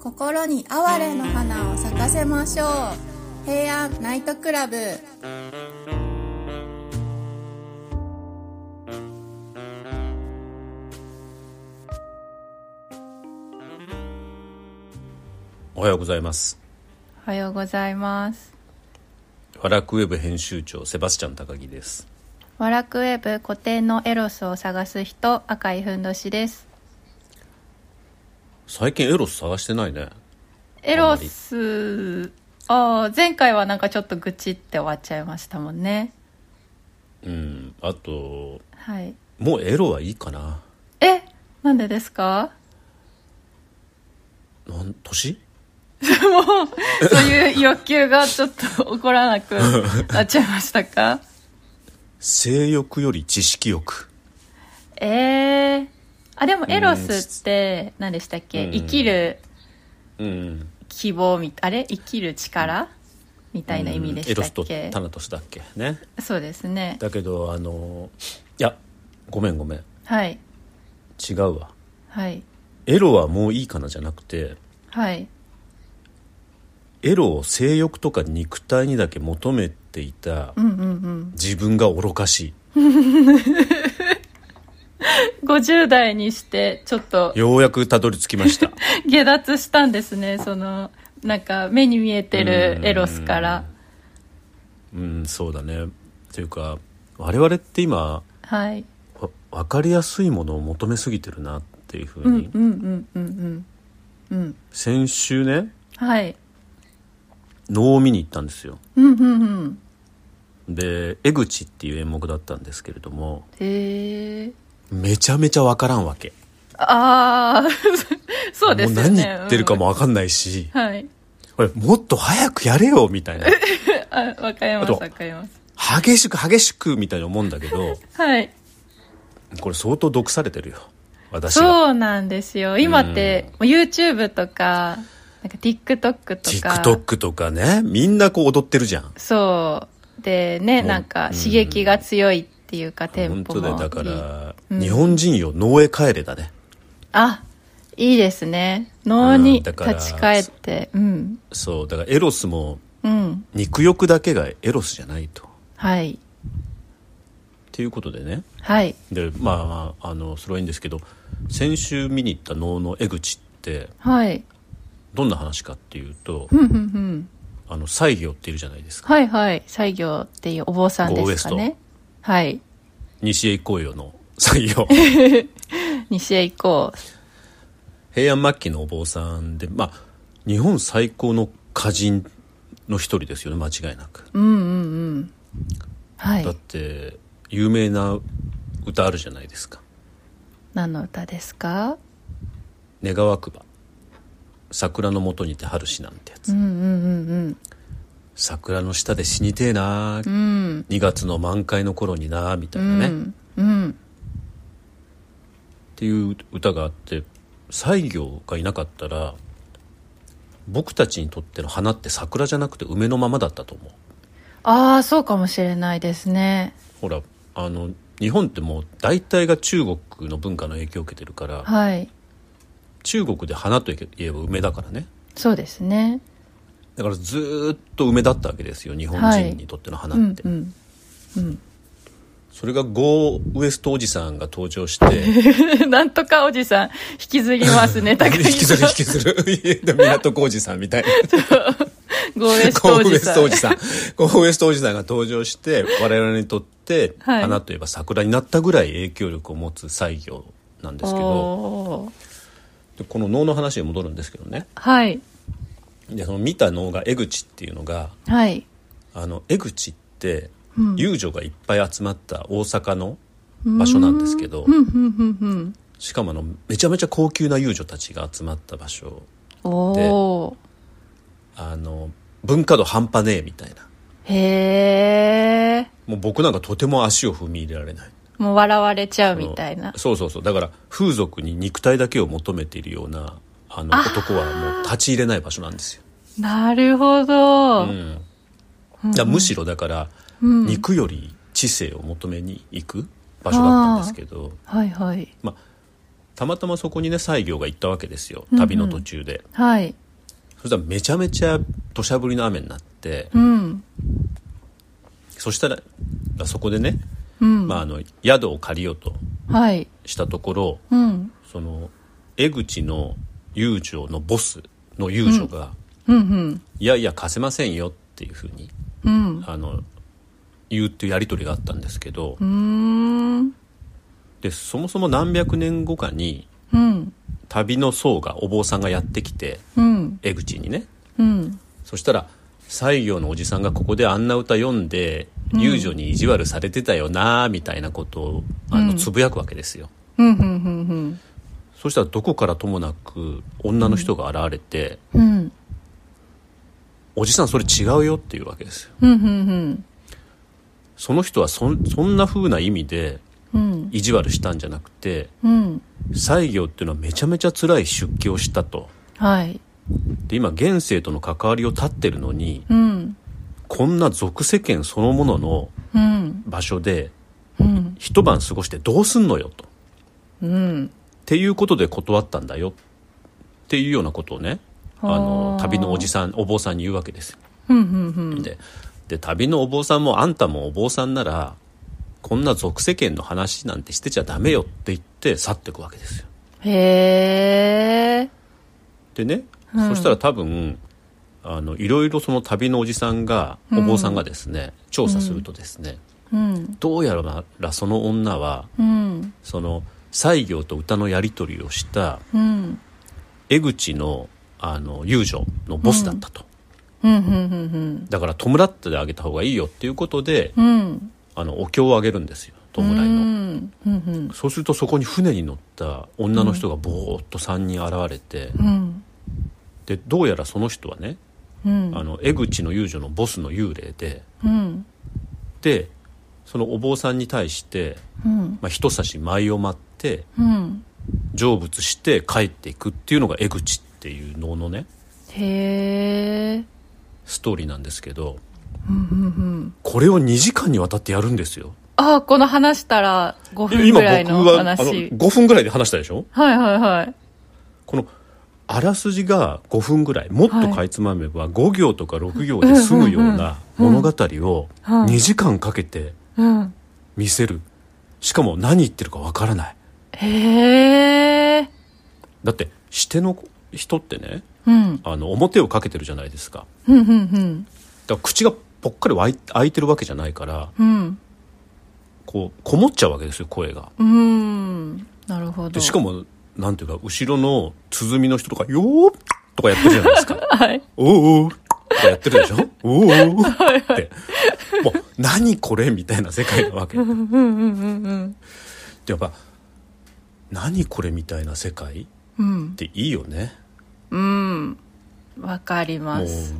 心に哀れの花を咲かせましょう平安ナイトクラブおはようございますおはようございます。ワラクウェブ編集長セバスチャン高木ですワラクウェブ固定のエロスを探す人、赤いふんどしです。最近エロス探してないねエロス、ああ、前回はなんかちょっと愚痴って終わっちゃいましたもんね。うんあとはい。もうエロはいいかなえなんでですかなん年そういう欲求がちょっと起こらなくなっちゃいましたか性欲より知識欲 ええあ、でもエロスって何でしたっけうん生きるうん希望み、あれ生きる力みたいな意味でエしロスたとっけタナトスだっけねそうですね。だけどあのいやごめんごめんはい。違うわはい。エロはもういいかなじゃなくてはい。エロを性欲とか肉体にだけ求めていた自分が愚かしい、 50代にして、ちょっと、ようやくたどり着きました下脱したんですね。その、なんか、目に見えてるエロスから。うんそうだねというか我々って今はい。わ分かりやすいものを求めすぎてるなっていうふううんに、うんうんうんうん。うん。先週ねはい。能を見に行ったんですようんうんうん。で「江口」っていう演目だったんですけれどもへえ。めちゃめちゃ分からんわけああ、 そうですもようね。何言ってるかも分かんないし、うん。はい。これもっと早くやれよみたいなあ、わかりまあすとわかります。激しく激しくみたいに思うんだけどはい。これ相当毒されてるよ私はそうなんですよ。今って、もう YouTube とか、なんか TikTok とか。 TikTok とかねみんなこう踊ってるじゃんそう。でね、もうなんか刺激が強いっていうか、テ本ンポも当いい。だよだから、うん日本人よ脳へ帰れだねあ、いいですね。脳うんにだから立ち返って。うん。そうだからエロスもうん。肉欲だけがエロスじゃないとっはい。ていうことでねはい。でまあまああのそれはいいんですけど先週見に行った脳の江口ってはい。どんな話かっていうとふんふんふん。あの西行っているじゃないですかはいはい。西行っていうお坊さんですかゴーウエね。はい。西へ行こうよの西 行西へ行こ平安末期のお坊さんでまあ日本最高の歌人の一人ですよね間違いなくう。うんうんうん。はだっい。て有名な歌あるじゃないですか何の歌ですか願わくば桜のもとにて春しなんてやつ、うんうんうん桜の下で死にてえな、うん。うん。 2月の満開の頃になみたういなね、っん。うん。ていう歌があって西行がいなかったら僕たちにとっての花って桜じゃなくて梅のままだったと思うああ、そうかもしれないですね。ほらあの日本ってもう大体が中国の文化の影響を受けてるからはい。中国で花といえば梅だからねそうですね。 だからずーっと梅だったわけですよ日本人にとっての花うっんて、うん。それがゴーウエストおじさんが登場してなんとかおじさん、引きずりますね、高引木きずるさ引ん。きずる港浩二さんみ たいなゴーウエストゴおーウじエスさん。トおじさんゴーウエストおじさんが登場して我々にとってはい花といえば桜になったぐらい影響力を持つ西行なんですけどおーでこの能の話に戻るんですけどねはい。でその見た能が江口っていうのがはい。あの江口って遊女がいっぱい集まった大阪の場所なんですけどふんふんふんふん。しかもあのめちゃめちゃ高級な遊女たちが集まった場所おー。あの文化度半端ねえみたいなへー。もう僕なんかとても足を踏み入れられないもう笑われちゃうみたいなあの。そうそうそうだから風俗に肉体だけを求めているようなあの男はもう立ち入れない場所なんですよ、なるほど。うん、だからむしろだから、肉より知性を求めに行く場所だったんですけど、はいはい。まあたまたまそこにね西行が行ったわけですようんうん旅の途中で、はい。そしたらめちゃめちゃ土砂降りの雨になって、うん。そしたらそこでね、うん。まあ、あの宿を借りようとはい。したところうん。その江口の遊女のボスの遊女が、うんうん。いやいや貸せませんよっていうふうにうん。あの言うっていうやり取りがあったんですけど、うーん。でそもそも何百年後かにうん。旅の僧がお坊さんがやってきてうん。江口にねうん。そしたら西行のおじさんがここであんな歌読んで遊女に意地悪されてたよなみたいなことをあのつぶやくわけですよ、うん。うん。うん。そしたらどこからともなく女の人が現れて、うん。うん。おじさんそれ違うよっていうわけですようん。うん。その人はそんそんな風な意味でうん。意地悪したんじゃなくてうん。西行っていうのはめちゃめちゃ辛い出家をしたとはい。で今現世との関わりを断ってるのにうん。こんな俗世間そのもののうん。場所でうん。一晩過ごしてどうすんのよとっうん。ていうことで断ったんだよっていうようなことをねあのあー旅のおじさんお坊さんに言うわけですようん。うん。でで旅のお坊さんもあんたもお坊さんならこんな俗世間の話なんてしてちゃダメよって言って去っていくわけですよへえ。でね、うんそしたら多分あのいろいろその旅のおじさんがお坊さんがですね、調査するとですね、うん。どうやらその女はうん。その西行と歌のやり取りをしたうん。江口のあの遊女のボスだったと、うん。うん。だから弔ってあげた方がいいよっていうことで、うん。うん。あのお経をあげるんですよ弔いの。うん。うん。そうするとそこに船に乗った女の人がぼーっと3人現れて、うん。でどうやらその人はね、うん。あの江口の遊女のボスの幽霊でうん。でそのお坊さんに対して、うん。まあ、人差し舞を舞ってうん。成仏して帰っていくっていうのが江口っていう能のねへえ。ストーリーなんですけどうん。うん。うん。これを2時間にわたってやるんですよああ、この話したら5分今僕ぐらいのはあの話。 5分ぐらいで話したでしょはいはいはい。このあらすじが5分ぐらいもっとかいつまめば5行とか6行で済むような物語をうん2時間かけてうん。見せるしかも何言ってるかわからないへえ。だってしての人ってねうん。あの表をかけてるじゃないですかうんうんうん。だから口がぽっかり開い開いてるわけじゃないからうん。こうこもっちゃうわけですよ声がうん。なるほでど。しかもなんていうか後ろの鼓の人とか「よーっ!」とかやってるじゃないですかはい。おうおうとかやってるでしょ おうおうって。もう、何これみたいな世界なわけ。で、うんうんうんうん。やっぱ、何これみたいな世界っうん。ていいよね。うん。わかりもまうす。、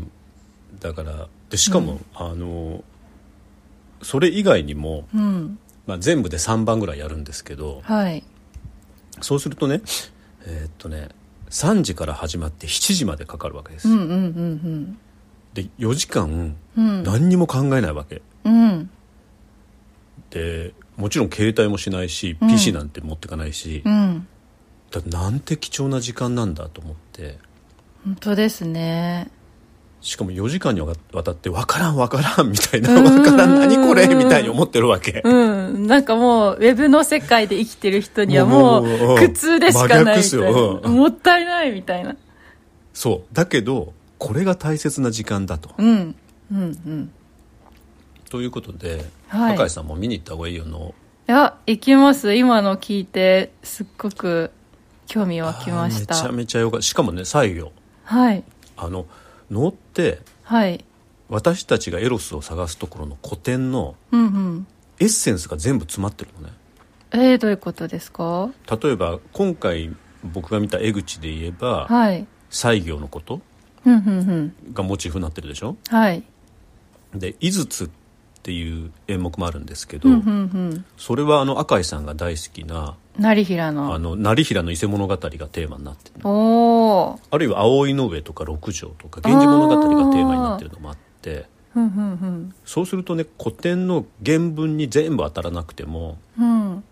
だから、で、しかも、あの、それ以外にも、うん。まあ、全部で3番ぐらいやるんですけど、はい。そうするとね、えーっとね、3時から始まって7時までかかるわけです。うんうんうんで、4時間、うん。うん。何にも考えないわけ。うん。でもちろん携帯もしないし PC なんて持ってかないし、うん。だなんて貴重な時間なんだと思って本当ですね。しかも4時間にわたって「わからんわからん」みたいな「 わからん何これ」みたいに思ってるわけ。うん。なんかもう、ウェブの世界で生きてる人にはももうもうもう、う苦痛でしか真逆ないっみすたいよな。うんもったいないみたいな。そうだけどこれが大切な時間だと。うん。うんうん。ということで、はい赤井さんも見に行った方がいいよの。いや、行きます。今の聞いて、すっごく興味湧きましあーた。めちゃめちゃよかったしかもね最後はい。あの能ってはい。私たちがエロスを探すところの古典のうんうん。エッセンスが全部詰まってるのね。えー、どういうことですか例えば今回僕が見た江口で言えば、はい。西行のことうんうんうん。がモチーフになってるでしょはい。で「井筒」っていう演目もあるんですけど、うんうんそれはあの赤井さんが大好きなうん。成平あの。の成平の伊勢物語がテーマになってるおー。あるいは「葵の上」とか「六条」とか「源氏物語」がテーマになってるのもあってうんうんそうするとね古典の原文に全部当たらなくてもうん。うん。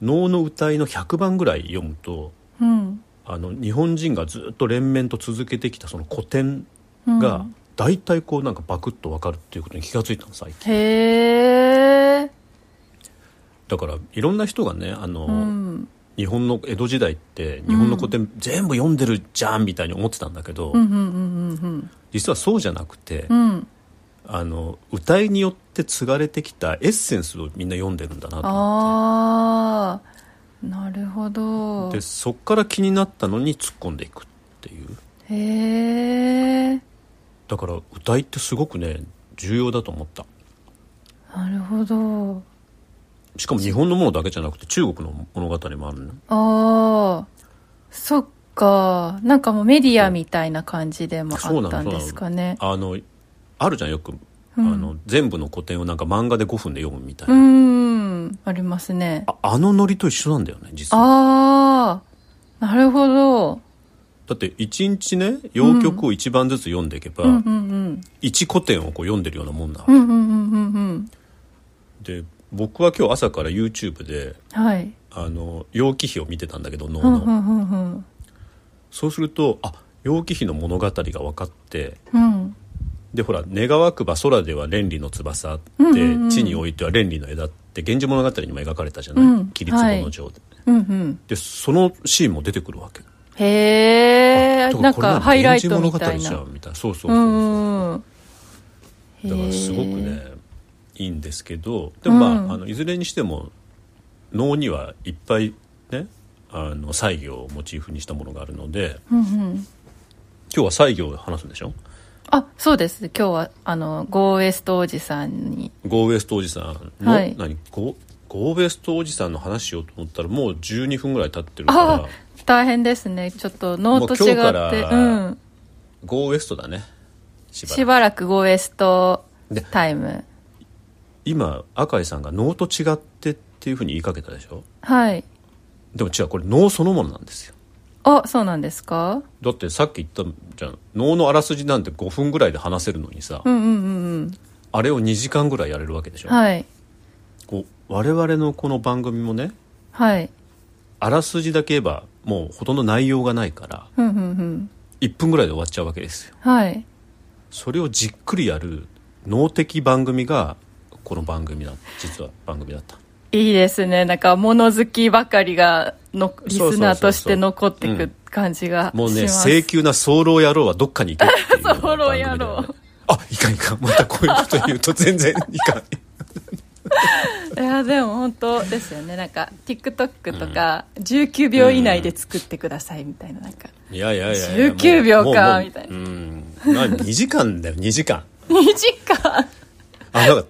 能の歌いの100番ぐらい読むとうんあの日本人がずっと連綿と続けてきたその古典うんが大体こうなんかバクッと分かるっていうことに気がついたの最近へえだからいろんな人がねあの、うん日本の江戸時代って日本の古典全部読んでるじゃんみたいに思ってたんだけど、うんうんうんうん実はそうじゃなくて、うんうんあの歌いによって継がれてきたエッセンスをみんな読んでるんだなと思っああなるほどてでそっから気になったのに突っ込んでいくっていうへえだから歌いってすごくね重要だと思ったなるほどしかも日本のものだけじゃなくて中国の物語もあるのああそっかなんかもうメディアみたいな感じでもあそうなっのたんですかねあのあるじゃんよく、うんあの全部の古典をなんか漫画で5分で読むみたいうな、んありますねああのノリと一緒なんだよね実はああなるほどだって1日ね洋曲を1番ずつ読んでいけば、うんうんうん一1古典をこう読んでるようなもんなわうけ、んうんうんうんうんで僕は今日朝から YouTube ではいあの楊貴妃を見てたんだけど能うの、んうんうんうんそうするとあ楊貴妃の物語が分かってうんでほら「願わくば空では蓮理の翼」って、地においては蓮理の枝って「源氏物語」にも描かれたじゃない、うん霧壺の城で、うんうんでそのシーンも出てくるわけへえだからなんこれかハイライトみ源氏た物い語じゃなんみたいなそうそうそうそうう、んうんだからすごくねへいいんですけどでもまあ,、うんあのいずれにしても能にはいっぱいねあの西行をモチーフにしたものがあるのでーうんうん今日は西行を話すんでしょあそうです今日はあのゴーウエストおじさんにゴーウエストおじさんの、はい何ゴーゴーウエストおじさんの話しようと思ったらもう12分ぐらい経ってるあからー大変ですねちょっとノートもう違今日かってらうんゴーウエストだねしばらくしばらくゴーエストタイム今赤井さんが「能と違って」っていうふうに言いかけたでしょはいでも違うこれ能そのものなんですよあそうなんですかだってさっき言ったじゃん能のあらすじなんて5分ぐらいで話せるのにさ、うんうんうんうんあれを2時間ぐらいやれるわけでしょ、はいこう我々のこの番組もねはいあらすじだけ言えばもうほとんど内容がないからうんうんうん1分ぐらいで終わっちゃうわけですよはいそれをじっくりやる能的番組がこの番組だ実は番組だったいいですねなんか物好きばかりがのリそうそうそうそうスナーとして残っていうくん感じがしますもうね請求な早漏野郎はどっかに行けっていう早漏野郎番組だよねあいかんいかんまたこういうこと言うと全然いかんいやでも本当ですよねなんか TikTok とか19秒以内で作ってくださいみたいななんかいやいやいやいや19秒かもうもうみたいなうんまあ2時間だよ2時間2時間あなんか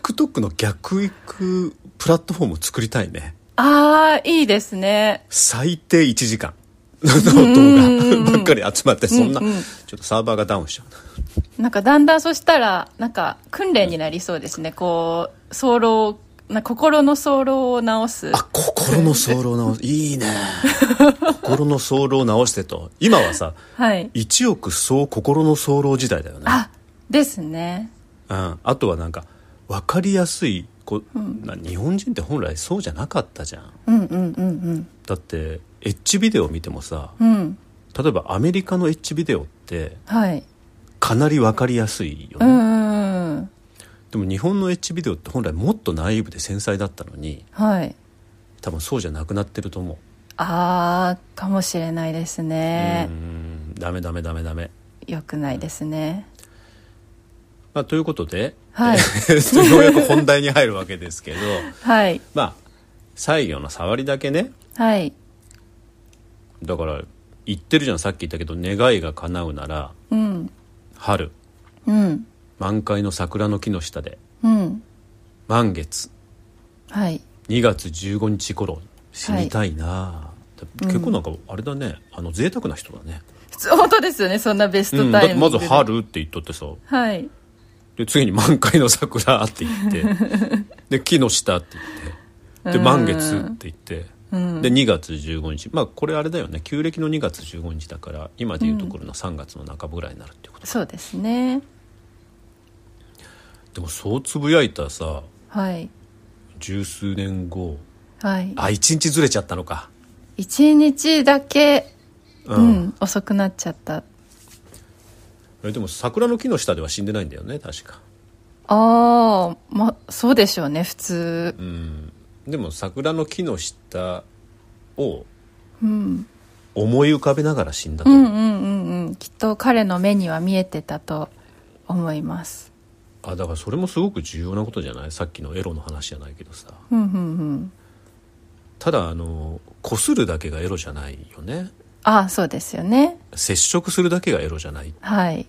TikTok の逆行くプラットフォーム作りたいねああいいですね最低1時間の動画ばっかり集まってそんな、ちょっとサーバーがダウンしちゃうななんかだんだんそしたらなんか訓練になりそうですねこう早漏な心の早漏を直すあ心の早漏を直すいい ね心の早漏を直してと今はさはい一億総心の早漏時代だよねあですねうん、あとはなんか分かりやすいこ、な日本人って本来そうじゃなかったじゃんうんうんうんだってエッジビデオ見てもさうんうん例えばアメリカのエッジビデオってはいかなり分かりやすいようね、んうんうんでも日本のエッジビデオって本来もっとナイーブで繊細だったのにはい多分そうじゃなくなってると思う、ああかもしれないですねうー、んダメダメダメダメ、良くないですねまあ、ということで、 はいようやく本題に入るわけですけどはいまあ西行の触りだけねはいだから言ってるじゃんさっき言ったけど願いが叶うならうん春うん満開の桜の木の下でうん満月はい2月15日頃死にたいな、結構なんかあれだね、あの贅沢な人だね、普通本当ですよねそんなベスうん、トだっタイてミングまでず春って言っとってさはいで次に満開の桜って 言ってで木の下って言ってで満月って言って、で2月15日まあこれあれだよね旧暦の2月15日だから今でいうところの3月の半ばぐらいになるっていうこと、そうですねでもそうつぶやいたさはい十数年後はいあ一日ずれちゃったのか一日だけ、う、うんん、遅くなっちゃったえでも桜の木の下では死んでないんだよね確かああまそうでしょうね普通うんでも桜の木の下をうん、思い浮かべながら死んだとう思う、んうんうんうんきっと彼の目には見えてたと思いますあだからそれもすごく重要なことじゃないさっきのエロの話じゃないけどさうんうんうんただあのこするだけがエロじゃないよねああそうですよね接触するだけがエロじゃないはい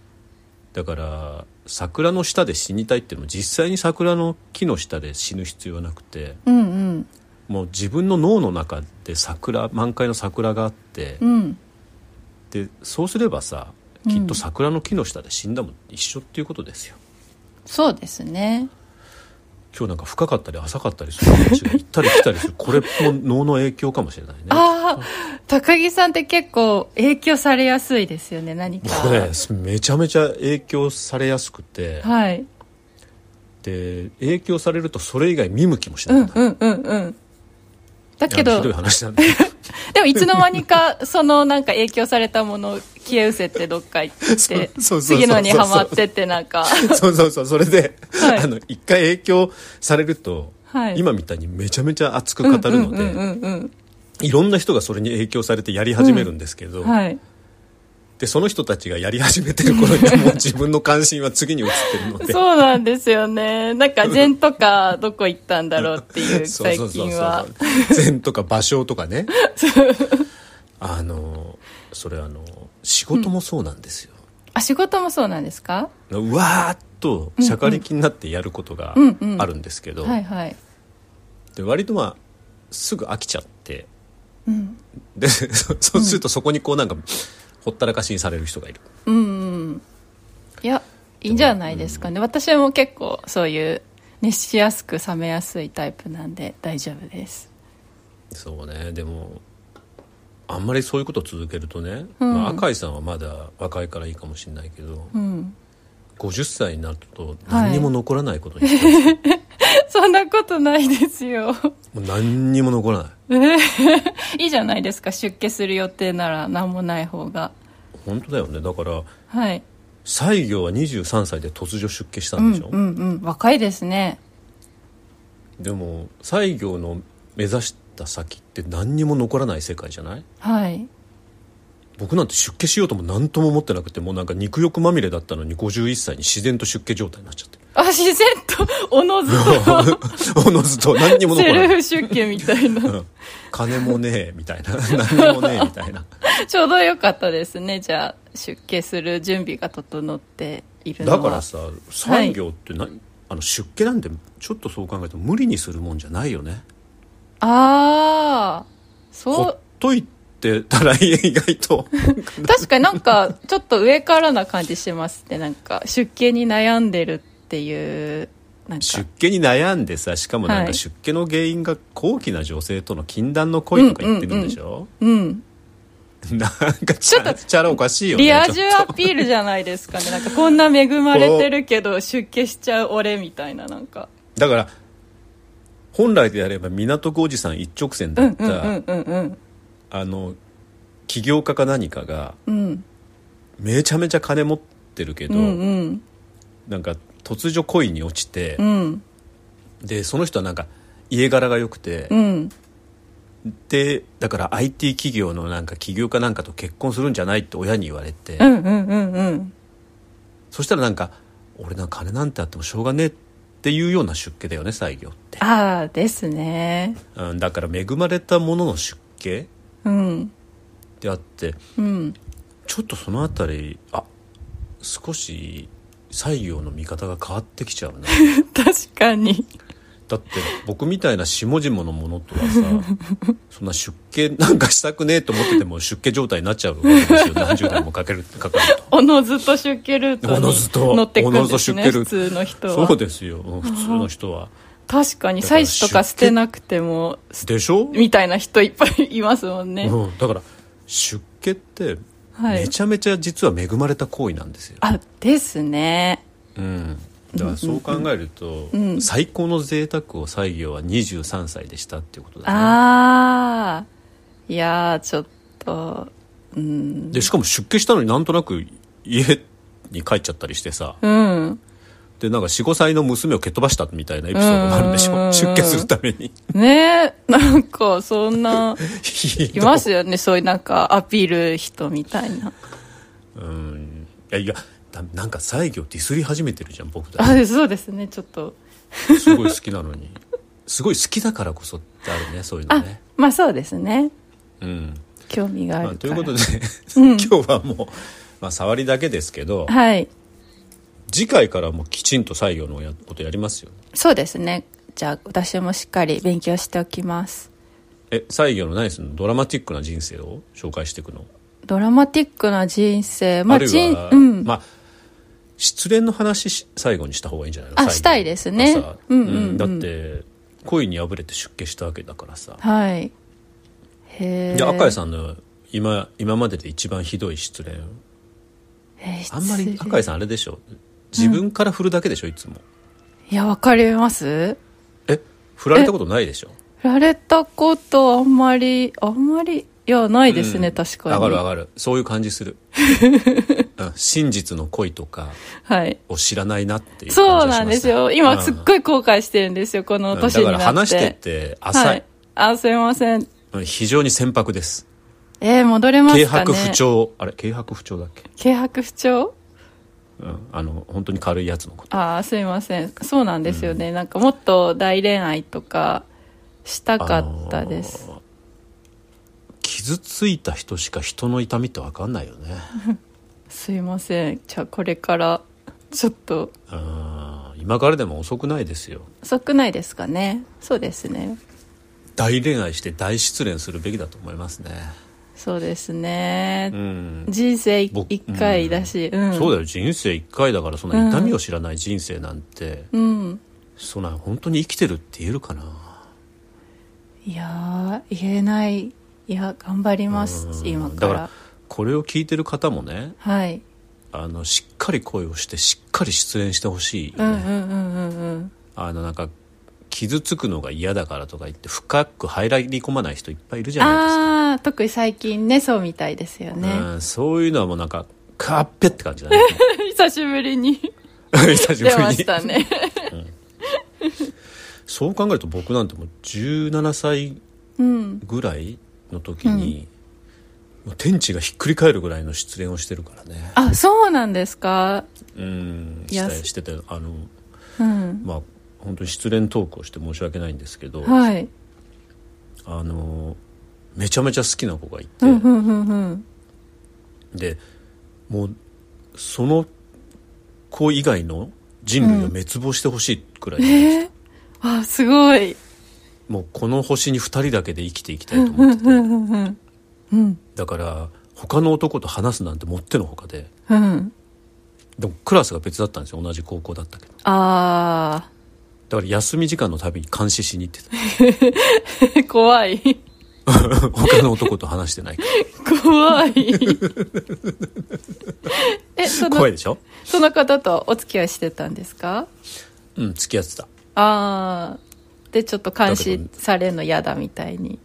だから桜の下で死にたいっていうのも実際に桜の木の下で死ぬ必要はなくてうんうんもう自分の脳の中で桜満開の桜があって、うんでそうすればさきっと桜の木の下で死んだも一緒っていうことですよ、そうですね今日なんか深かったり浅かったりする話が行ったり来たり するこれも脳の影響かもしれないねああ高木さんって結構影響されやすいですよね何か僕ねめちゃめちゃ影響されやすくてはいで影響されるとそれ以外見向きもしうなくんなる、うんうんうんだけいやひどどい話 なんだけでもいつの間にか そのなんか影響されたもの消え失せてどっか行って そうそうそうそう次のにハマってってなんかどそうそうそうそれで、はいあの一回影響されると、はい今みたいにめちゃめちゃ熱く語るので、うんうんうんいろんな人がそれに影響されてやり始めるんですけど、うんはいでその人たちがやり始めてる頃にはもう自分の関心は次に移ってるので そうなんですよねなんか禅とかどこ行ったんだろうってい うそう最そうそう近そはう禅とか芭蕉とかねあのそれあの仕事もそうなんですよ、あ仕事もそうなんですかうわーっとしゃかりきになってやることがうんうんあるんですけど、はいはいで割とまあすぐ飽きちゃってうんでそそうするとそこにこうなんかほったらかしにされる人がいるうんうんいやいいんじゃないですかね私も結構そういう熱しやすく冷めやすいタイプなんで大丈夫ですそうねでもあんまりそういうことを続けるとね、うんまあ、赤井さんはまだ若いからいいかもしれないけど、うん 50歳になるとはい何にも残らないことにしたい、そんなことないですよ。 もう何にも残らないいいじゃないですか。出家する予定なら何もない方が。本当だよねだからはい。西行は23歳で突如出家したうんんでしょ、うんうん。若いですね。でも西行の目指した先って何にも残らない世界じゃないはい。僕なんて出家しようとも何とも思ってなくてもうなんか肉欲まみれだったのに51歳に自然と出家状態になっちゃって あ、自然と、おのずと、るおのずと何にも残セらルないフ出家みたいな。うん金もねえみたいな何にもねえみたい なちょうどよかったですね。じゃあ、出家する準備が整っているのは。だからさ産業ってな、あの出家なんてちょっとそう考えると無理にするもんじゃないよねほああ、そっといてたら意外 とう、確かになんか、ちょっと上からな感じしますね。なんか、出家に悩んでるっていう、なんか。出家に悩んでさしかもなんはかい出家の原因が高貴な女性との禁断の恋とか言ってるんでしょ、うん。なんかチャラチャラおかしいよねリアちょっと充アピールじゃないですかねなんかこんな恵まれてるけど出家しちゃう俺みたいななんかだから本来であれば港区おじさん一直線だった、うんうんうんあの起業家か何かがうんめちゃめちゃ金持ってるけど、うんうんなんか突如恋に落ちてう、んでその人はなんか家柄が良くて、うんでだから IT 企業のなんか起業家なんかと結婚するんじゃないって親に言われて、うんうんうんうんそしたらなんか俺なんか金なんてあってもしょうがねえっていうような出家だよね採業って、ああですね うん、だから恵まれたものの出家うんであってうんちょっとそのあたりあ少し採用の見方が変わってきちゃうな確かにだって僕みたいな下々のものとはさ そんな出家なんかしたくねえと思ってても出家状態になっちゃうわけですよ何十年もかけるかかるおのずと出家ルートおのずとに乗ってくんですねおのずと出家ルート普通の人とはそうですようん普通の人は確かに妻子とか捨てなくてもでしょ、みたいな人いっぱいいますもんねうん、だから出家ってはいめちゃめちゃ実は恵まれた行為なんですよ、あですねうんだからそう考えると、うん最高の贅沢を西行は23歳でしたっていうことだねああいやーちょっとうんでしかも出家したのになんとなく家に帰っちゃったりしてさうんでなんか45歳の娘を蹴っ飛ばしたみたいなエピソードもあるんでしうんうんうんうょん出家するためにねえなんかそ んなひどいますよねそういうなんかアピール人みたいなうんいやいやだなんか西行ディスり始めてるじゃん僕だあそうですねちょっとってすごい好きなのにすごい好きだからこそってあるねそういうのあねまあそうですねうん興味があまあ、るかといら、うこと で、今日はもう、まあ、触りだけですけど、はい次回からもうきちんと採用のやことやりますよそうですねじゃあ私もしっかり勉強しておきますえ採用の何するのドラマティックな人生を紹介していくの、ドラマティックな人生あまあるい人は、うん、まあ失恋の話し最後にした方がいいんじゃないのあ最後したいですねさうんうんうんだって恋に破れて出家したわけだからさ、はいへえで赤井さんの今今までで一番ひどい失恋えーあんまり失礼赤井さんあれでしょ自分から振るだけでしょいつもいやわかりますえ振られたことないでしょ振られたことあんまりあんまりいやないですね、確かに上がる上がるそういう感じする、 うん、真実の恋とかはいを知らないなっていう感そうじがしますねなんですよ今すっいごい後悔してるんですよこの年になっだて、から話してって浅はいい、あすいませんうん非常に船舶ですえー、戻れますかね軽薄不調あれ軽薄不調だっけ、軽薄不調うん、あの本当に軽いやつのことああすいませんそうなんですよね、なんかもっと大恋愛とかしたかったです、あのー傷ついた人しか人の痛みって分かんないよねすいませんじゃあこれからちょっとうん今からでも遅くないですよ遅くないですかねそうですね大恋愛して大失恋するべきだと思いますねそうですねう、ん人生い僕一回だし、うんそうだよ人生一回だからその痛みを知らない人生なんて、うんそんな本当に生きてるって言えるかないやー言えないいや頑張りますうん今かだらからこれを聞いてる方もねはい、あのしっかり恋をしてしっかり失恋してほしいよね、うんうんうんうんうんあのなんか傷つくのが嫌だからとか言って深く入り込まない人いっぱいいるじゃないですかああー特に最近ねそうみたいですよね、うん、そういうのはもうなんかカッペって感じ だね久しぶりに久しぶ出りまにしたねそう考えると僕なんてもう17歳うんぐらいの時に、もう天地がひっくり返るぐらいの失恋をしてるからねあそうなんですかうんいやしたしててあのうんまあ本当に失恋トークをして申し訳ないんですけど、はいあのめちゃめちゃ好きな子がいて、うんうんうんうんでもうその子以外の人類が滅亡してほしいくらい、えー、あすごいもうこの星に2人だけで生きていきたいと思ってて、うんうんうんだから他の男と話すなんてもってのほかでうんでもクラスが別だったんですよ同じ高校だったけどあだから休み時間のたびに監視しに行 ってあ 怖いた他の男と話してないから怖い えそ怖いのでしょその方とお付き合いしてたんですかうん付き合ってたああでちょっと監だ視けされるの嫌だみたいにい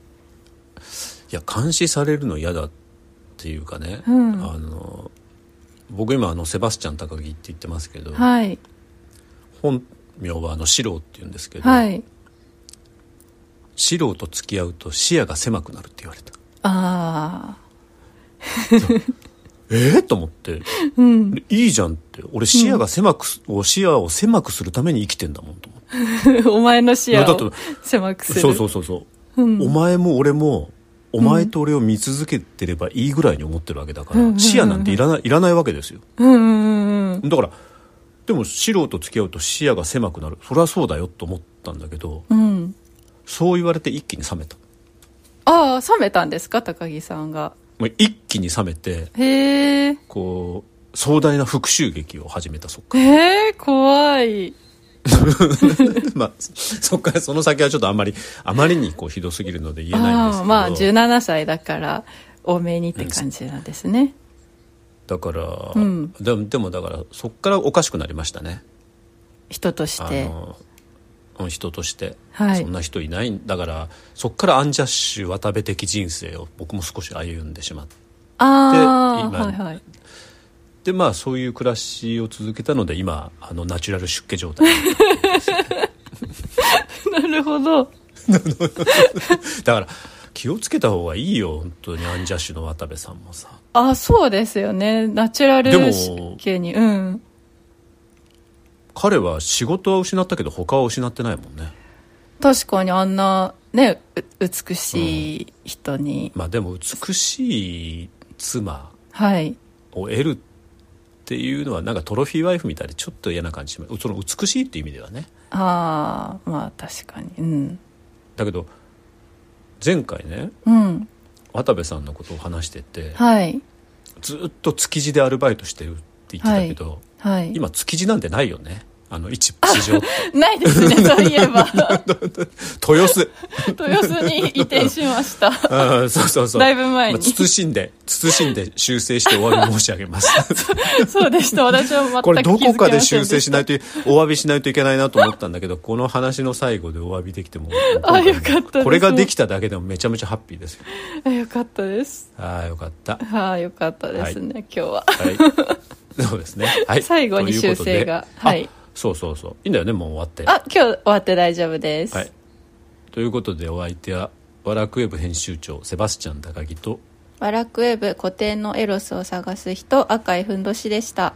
や監視されるの嫌だっていうかね、うんあの僕今あのセバスチャン高木って言ってますけど、はい本名はあの四郎って言うんですけど、はい四郎と付き合うと視野が狭くなるって言われたああえっ、と思って、うん でいいじゃんって俺視野が狭くす、視野を狭くするために生きてんだもんと思ってお前の視野いやだをって狭くするそうそうそうそう、お前も俺もお前と俺を見続けてればいいぐらいに思ってるわけだから、視野なんていらないいらないわけですようんうんうんだからでも素人と付き合うと視野が狭くなるそりゃそうだよと思ったんだけどうんうんそう言われて一気に冷めた、ああ冷めたんですか高木さんがまあ、一気に冷めてへえこう壮大な復讐劇を始めたそっかえー、怖いら まあそそっからその先はちょっとあんまりあまりにこうひどすぎるので言えないんですけああどまあ17歳だから多めにって感じなんですね、だから、うんでもでもだからそっからおかしくなりましたね人としあての人として、はいそんな人いないんだからそっからアンジャッシュ渡辺的人生を僕も少し歩んでしまってああでー今はいはい でまあそういう暮らしを続けたので今あのナチュラル出家状 態なるほどだから気をつけた方がいいよ本当にアンジャッシュの渡部さんもさあそうですよねナチュラルでも湿気にうん彼は仕事は失ったけど他は失ってないもんね確かにあんなねう美しい人に、まあでも美しい妻はいを得るっていうのはなんかトロフィーワイフみたいでちょっと嫌な感じしますその美しいっていう意味ではねああまあ確かにうんだけど前回ねうん渡部さんのことを話しててはいずっと築地でアルバイトしてるって言ってたけど、はい今築地なんてないよねあの一市 場ないです ねそういえば豊洲豊洲に移転しましたうんそうそうそうだいぶ前にまあ慎んで慎んで修正してお詫び申し上げます そうでした私は全く気づきませんしたこれどこかで修正しないいといお詫びしないといけないなと思ったんだけどこの話の最後でお詫びできてももう今回あよかったですこれができただけでもめちゃめちゃハッピーですよよかったですああよかったははあよかったですね、今日はい そうですね、はい、最後にということで修正がはいあそうそうそういいんだよねもう終わってあ今日終わって大丈夫です、はい。ということでお相手は、ワラクウェブ編集長、セバスチャン高木と、ワラクウェブ固定のエロスを探す人赤いふんどしでした